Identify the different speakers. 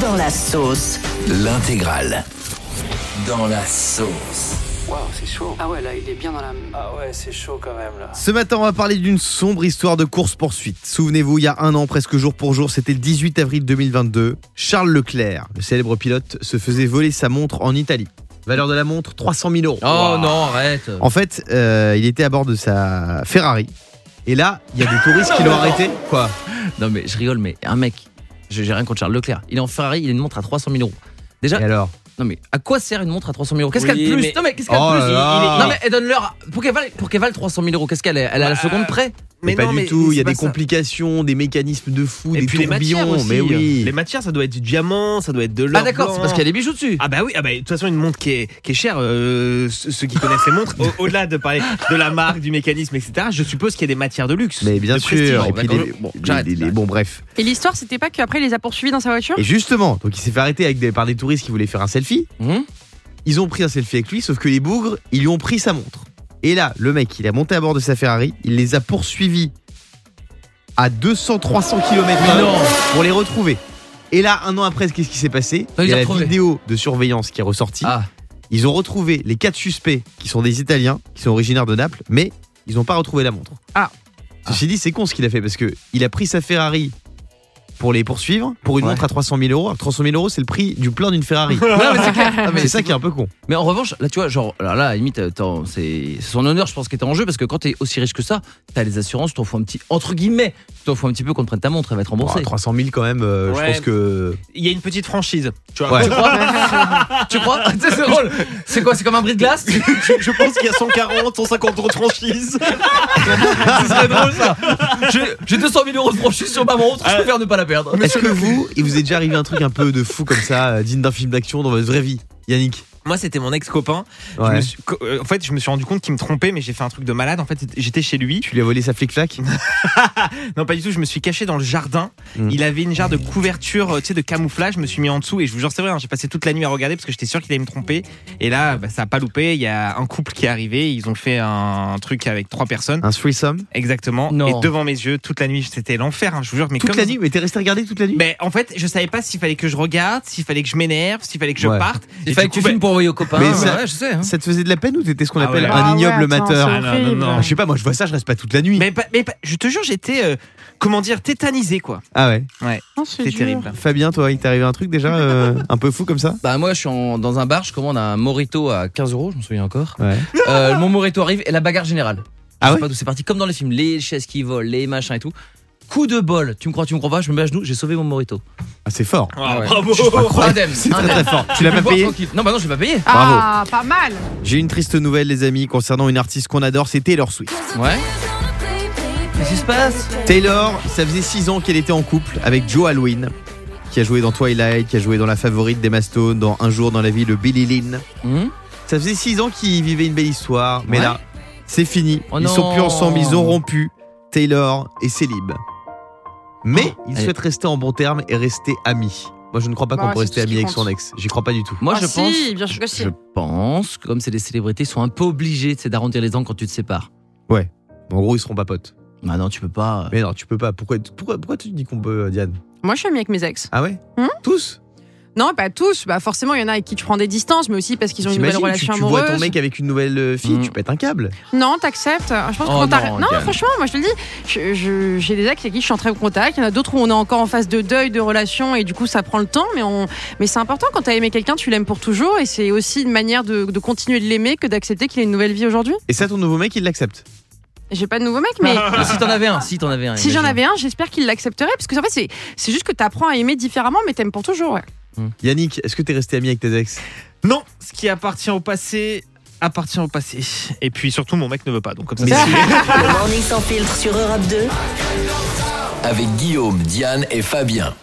Speaker 1: Dans la sauce.
Speaker 2: L'intégrale. Dans la sauce.
Speaker 3: Waouh, c'est chaud.
Speaker 4: Ah ouais, là, il est bien dans la...
Speaker 3: Ah ouais, c'est chaud quand même là.
Speaker 5: Ce matin, on va parler d'une sombre histoire de course-poursuite. Souvenez-vous, il y a un an, presque jour pour jour, c'était le 18 avril 2022. Charles Leclerc, le célèbre pilote, se faisait voler sa montre en Italie. Valeur de la montre 300 000 euros.
Speaker 6: Oh non, arrête.
Speaker 5: En fait, euh, il était à bord de sa Ferrari. Et là, il y a des touristes qui l'ont arrêté.
Speaker 6: Quoi Non mais je rigole, mais un mec, je- j'ai rien contre Charles Leclerc. Il est en Ferrari, il a une montre à 300 000 euros. Déjà,
Speaker 5: Et alors
Speaker 6: non mais à quoi sert une montre à 300 000 euros Qu'est-ce
Speaker 3: Oui,
Speaker 6: qu'elle de plus
Speaker 3: mais-
Speaker 6: Non mais qu'est-ce qu'elle
Speaker 5: Oh
Speaker 6: de
Speaker 5: là
Speaker 6: plus
Speaker 5: là.
Speaker 6: Non mais elle donne leur pour qu'elle vale pour qu'elle vale 300 000 euros. Qu'est-ce qu'elle est Elle est à la seconde près. Ah,
Speaker 5: mais, pas
Speaker 7: non,
Speaker 5: du
Speaker 7: mais-
Speaker 5: tout,
Speaker 7: mais
Speaker 5: il y a des
Speaker 7: c'est pas ça.
Speaker 5: complications, des mécanismes de fou,
Speaker 7: Et
Speaker 5: des
Speaker 7: puis les matières
Speaker 5: tourbillons,
Speaker 7: aussi. hein.
Speaker 5: mais oui.
Speaker 7: Les matières, ça doit être du diamant, ça doit être de l'or.
Speaker 6: Ah d'accord,
Speaker 7: blanc.
Speaker 6: c'est parce qu'il y a des bijoux dessus.
Speaker 7: Ah bah oui, ah bah, de toute façon une montre qui est, qui est chère, euh, ceux ceux qui connaissent les montres, au- au-delà de parler de la marque, du mécanisme, etc., je suppose qu'il y a des matières de luxe.
Speaker 5: Mais bien
Speaker 7: de prestige.
Speaker 5: sûr, et puis
Speaker 6: d'accord,
Speaker 5: les-
Speaker 6: bon,
Speaker 5: les-
Speaker 6: j'arrête,
Speaker 5: les- les-
Speaker 6: j'arrête.
Speaker 5: bon bref.
Speaker 8: Et l'histoire, c'était pas qu'après, il les a poursuivis dans sa voiture
Speaker 5: Et justement, donc il s'est fait arrêter avec des, par des touristes qui voulaient faire un selfie.
Speaker 6: Hum
Speaker 5: Ils ont pris un selfie avec lui, sauf que les bougres, ils lui ont pris sa montre. Et là, le mec, il a monté à bord de sa Ferrari, il les a poursuivis à 200-300 km
Speaker 6: non.
Speaker 5: pour les retrouver. Et là, un an après, qu'est-ce qui s'est passé
Speaker 6: Ah, il
Speaker 5: Il y a
Speaker 6: l'a
Speaker 5: la
Speaker 6: retrouvé.
Speaker 5: vidéo de surveillance qui est ressortie.
Speaker 6: Ah.
Speaker 5: Ils ont retrouvé les quatre suspects, qui sont des Italiens, qui sont originaires de Naples, mais ils n'ont pas retrouvé la montre.
Speaker 6: Ah.
Speaker 5: Ceci dit, c'est con ce qu'il a fait, parce que il a pris sa Ferrari pour les poursuivre, pour une
Speaker 6: Ouais.
Speaker 5: montre à 300 000 euros. Alors, 300 000 euros, c'est le prix du plein d'une Ferrari.
Speaker 6: Non, mais c'est clair.
Speaker 5: Ah, mais c'est ça qui est un peu con.
Speaker 6: Mais en revanche, là, tu vois, genre, là, là à la limite, euh, t'en- c'est c'est son honneur, je pense, qui est en jeu, parce que quand t'es aussi riche que ça, t'as les assurances, tu t'en fous un petit, entre guillemets, tu t'en fous un petit peu qu'on te prenne ta montre, elle va être
Speaker 5: Bon,
Speaker 6: remboursée.
Speaker 5: 300 000 quand même, euh, je
Speaker 7: Ouais.
Speaker 5: pense que.
Speaker 7: Il y a une petite franchise. Tu vois,
Speaker 5: Ouais.
Speaker 7: je,
Speaker 6: tu crois Tu sais, C'est drôle. C'est quoi C'est comme un bris de glace
Speaker 7: je- je pense qu'il y a 140, 150 euros de franchise.
Speaker 6: Ce serait drôle, ça. J'ai- J'ai 200 000 euros de franchise sur ma montre, je préfère ne pas la perdre.
Speaker 5: Est-ce que vous, il vous est déjà arrivé un truc un peu de fou comme ça, euh, digne d'un film d'action dans votre vraie vie Yannick
Speaker 7: Moi, c'était mon ex-copain. Je
Speaker 5: Ouais.
Speaker 7: me suis- co- euh, en fait, je me suis rendu compte qu'il me trompait, mais j'ai fait un truc de malade. En fait, j'étais chez lui.
Speaker 5: Tu lui as volé sa flic-flac
Speaker 7: Mhm. Non, pas du tout. Je me suis caché dans le jardin.
Speaker 5: Mm.
Speaker 7: Il avait une jarre de couverture, euh, tu sais, de camouflage. Je me suis mis en dessous et je vous jure, c'est vrai. hein, j'ai passé toute la nuit à regarder parce que j'étais sûr qu'il allait me tromper. Et là, bah, ça a pas loupé. Il y a un couple qui est arrivé. Ils ont fait un truc avec trois personnes.
Speaker 5: Un threesome
Speaker 7: Exactement.
Speaker 6: Non.
Speaker 7: Et devant mes yeux, toute la nuit, c'était l'enfer. hein, je vous jure, mais
Speaker 5: Toute
Speaker 7: comme
Speaker 5: la nuit Mais t'es resté regarder toute la nuit
Speaker 7: Mais en fait, je savais pas s'il fallait que je regarde, s'il fallait que je m'énerve, s'il fallait que je
Speaker 5: Ouais.
Speaker 7: parte. Et
Speaker 6: Il fallait
Speaker 7: du
Speaker 6: que tu
Speaker 7: coup, bah,
Speaker 6: filmes pour envoyer aux copains.
Speaker 5: Mais ça-
Speaker 6: ouais, je sais. hein.
Speaker 5: Ça te faisait de la peine ou t'étais ce qu'on
Speaker 7: Ah
Speaker 5: appelle
Speaker 7: ouais.
Speaker 5: un
Speaker 8: Ah ouais,
Speaker 5: ignoble
Speaker 8: attends,
Speaker 5: amateur
Speaker 8: c'est
Speaker 7: Ah non, non,
Speaker 8: horrible.
Speaker 7: non.
Speaker 5: Je sais pas, moi je vois ça, je reste pas toute la nuit.
Speaker 7: bah- mais, pas- mais pas- je te jure, j'étais, euh, comment dire, tétanisé quoi.
Speaker 5: Ah ouais.
Speaker 8: Non, c'est
Speaker 7: C'était
Speaker 8: dur.
Speaker 7: terrible.
Speaker 5: Fabien, toi, il t'est arrivé un truc déjà euh, un peu fou comme ça
Speaker 6: Bah moi je suis en- dans un bar, je commande un morito à 15 euros, je me souviens encore.
Speaker 5: Ouais.
Speaker 6: Euh, mon morito arrive et la bagarre générale. Je
Speaker 5: Ah
Speaker 6: sais
Speaker 5: ouais
Speaker 6: pas d'où c'est parti, comme dans les films, les chaises qui volent, les machins et tout. Coup de bol, tu me crois, tu me crois pas, je me mets à genoux, j'ai sauvé mon morito.
Speaker 5: Ah, c'est fort.
Speaker 6: Ah ouais.
Speaker 7: Bravo.
Speaker 6: Indemne,
Speaker 5: C'est
Speaker 7: Ah,
Speaker 5: très très
Speaker 6: indemne.
Speaker 5: fort. Tu l'as pas
Speaker 6: Pouvoir
Speaker 5: payé
Speaker 6: tranquille. Non bah non, je l'ai pas payé.
Speaker 8: Ah, pas mal.
Speaker 5: J'ai une triste nouvelle, les amis, concernant une artiste qu'on adore, c'est Taylor Swift.
Speaker 6: Ouais. Qu'est-ce qui se passe
Speaker 5: Taylor, ça faisait 6 ans qu'elle était en couple avec Joe Alwyn, qui a joué dans Twilight, qui a joué dans La Favorite des Stone, dans Un jour dans la vie de Billy Lynn.
Speaker 6: Hum
Speaker 5: Ça faisait 6 ans qu'ils vivaient une belle histoire, mais
Speaker 6: Ouais.
Speaker 5: là, c'est fini.
Speaker 6: Oh
Speaker 5: ils
Speaker 6: non.
Speaker 5: sont plus ensemble, ils ont rompu. Taylor est célib. Mais
Speaker 6: Oh,
Speaker 5: ils
Speaker 6: elle-
Speaker 5: souhaitent rester en bon terme et rester amis. Moi, je ne crois pas qu'on
Speaker 8: Bah,
Speaker 5: peut
Speaker 8: c'est tout
Speaker 5: rester
Speaker 8: ce
Speaker 5: amis
Speaker 8: qui
Speaker 5: avec son
Speaker 8: compte.
Speaker 5: ex. J'y crois pas du tout.
Speaker 6: Moi
Speaker 8: Ah
Speaker 6: je
Speaker 8: si,
Speaker 6: pense
Speaker 8: bien sûr que si.
Speaker 6: je pense que comme c'est des célébrités, ils sont un peu obligés tu sais, d'arrondir les angles quand tu te sépares.
Speaker 5: En gros, ils seront pas potes.
Speaker 6: Bah non, tu peux pas.
Speaker 5: Mais non, tu peux pas. Pourquoi, pourquoi, pourquoi tu dis qu'on peut, euh, Diane
Speaker 8: Moi, je suis amie avec mes ex.
Speaker 5: Ah ouais
Speaker 8: Hmm
Speaker 5: Tous
Speaker 8: Non, pas tous. Bah, forcément, il y en a avec qui tu prends des distances, mais aussi parce qu'ils ont une nouvelle
Speaker 5: T'imagines, tu,
Speaker 8: relation
Speaker 5: tu vois
Speaker 8: amoureuse.
Speaker 5: ton mec avec une nouvelle euh, fille,
Speaker 6: Mm.
Speaker 5: tu pètes un câble.
Speaker 8: Non, t'acceptes. Je pense que
Speaker 6: Oh
Speaker 8: quand t'arrêtes-
Speaker 6: non,
Speaker 8: Non,
Speaker 6: Diane.
Speaker 8: franchement, moi, je te le dis, je- je- j'ai des ex avec qui je suis en très bon contact. Il y en a d'autres où on est encore en phase de deuil, de relation, et du coup, ça prend le temps. Mais, on... mais c'est important quand t'as aimé quelqu'un, tu l'aimes pour toujours, et c'est aussi une manière de, de continuer de l'aimer que d'accepter qu'il ait une nouvelle vie aujourd'hui.
Speaker 5: Et ça, ton nouveau mec, il l'accepte.
Speaker 8: J'ai pas de nouveau mec, mais.
Speaker 6: Mais si t'en avais un, si t'en avais un.
Speaker 8: Si j'en
Speaker 6: imagine.
Speaker 8: avais un, j'espère qu'il l'accepterait, parce que en fait, c'est- c'est juste que t'apprends à aimer différemment, mais t'aimes pour toujours. ouais.
Speaker 5: Yannick, est-ce que t'es resté ami avec tes ex
Speaker 7: Non, ce qui appartient au passé appartient au passé. Et puis surtout, mon mec ne veut pas. Donc comme ça,
Speaker 5: Mais
Speaker 7: c'est-
Speaker 1: Le morning sans filtre sur Europe 2.
Speaker 2: Avec Guillaume, Diane et Fabien.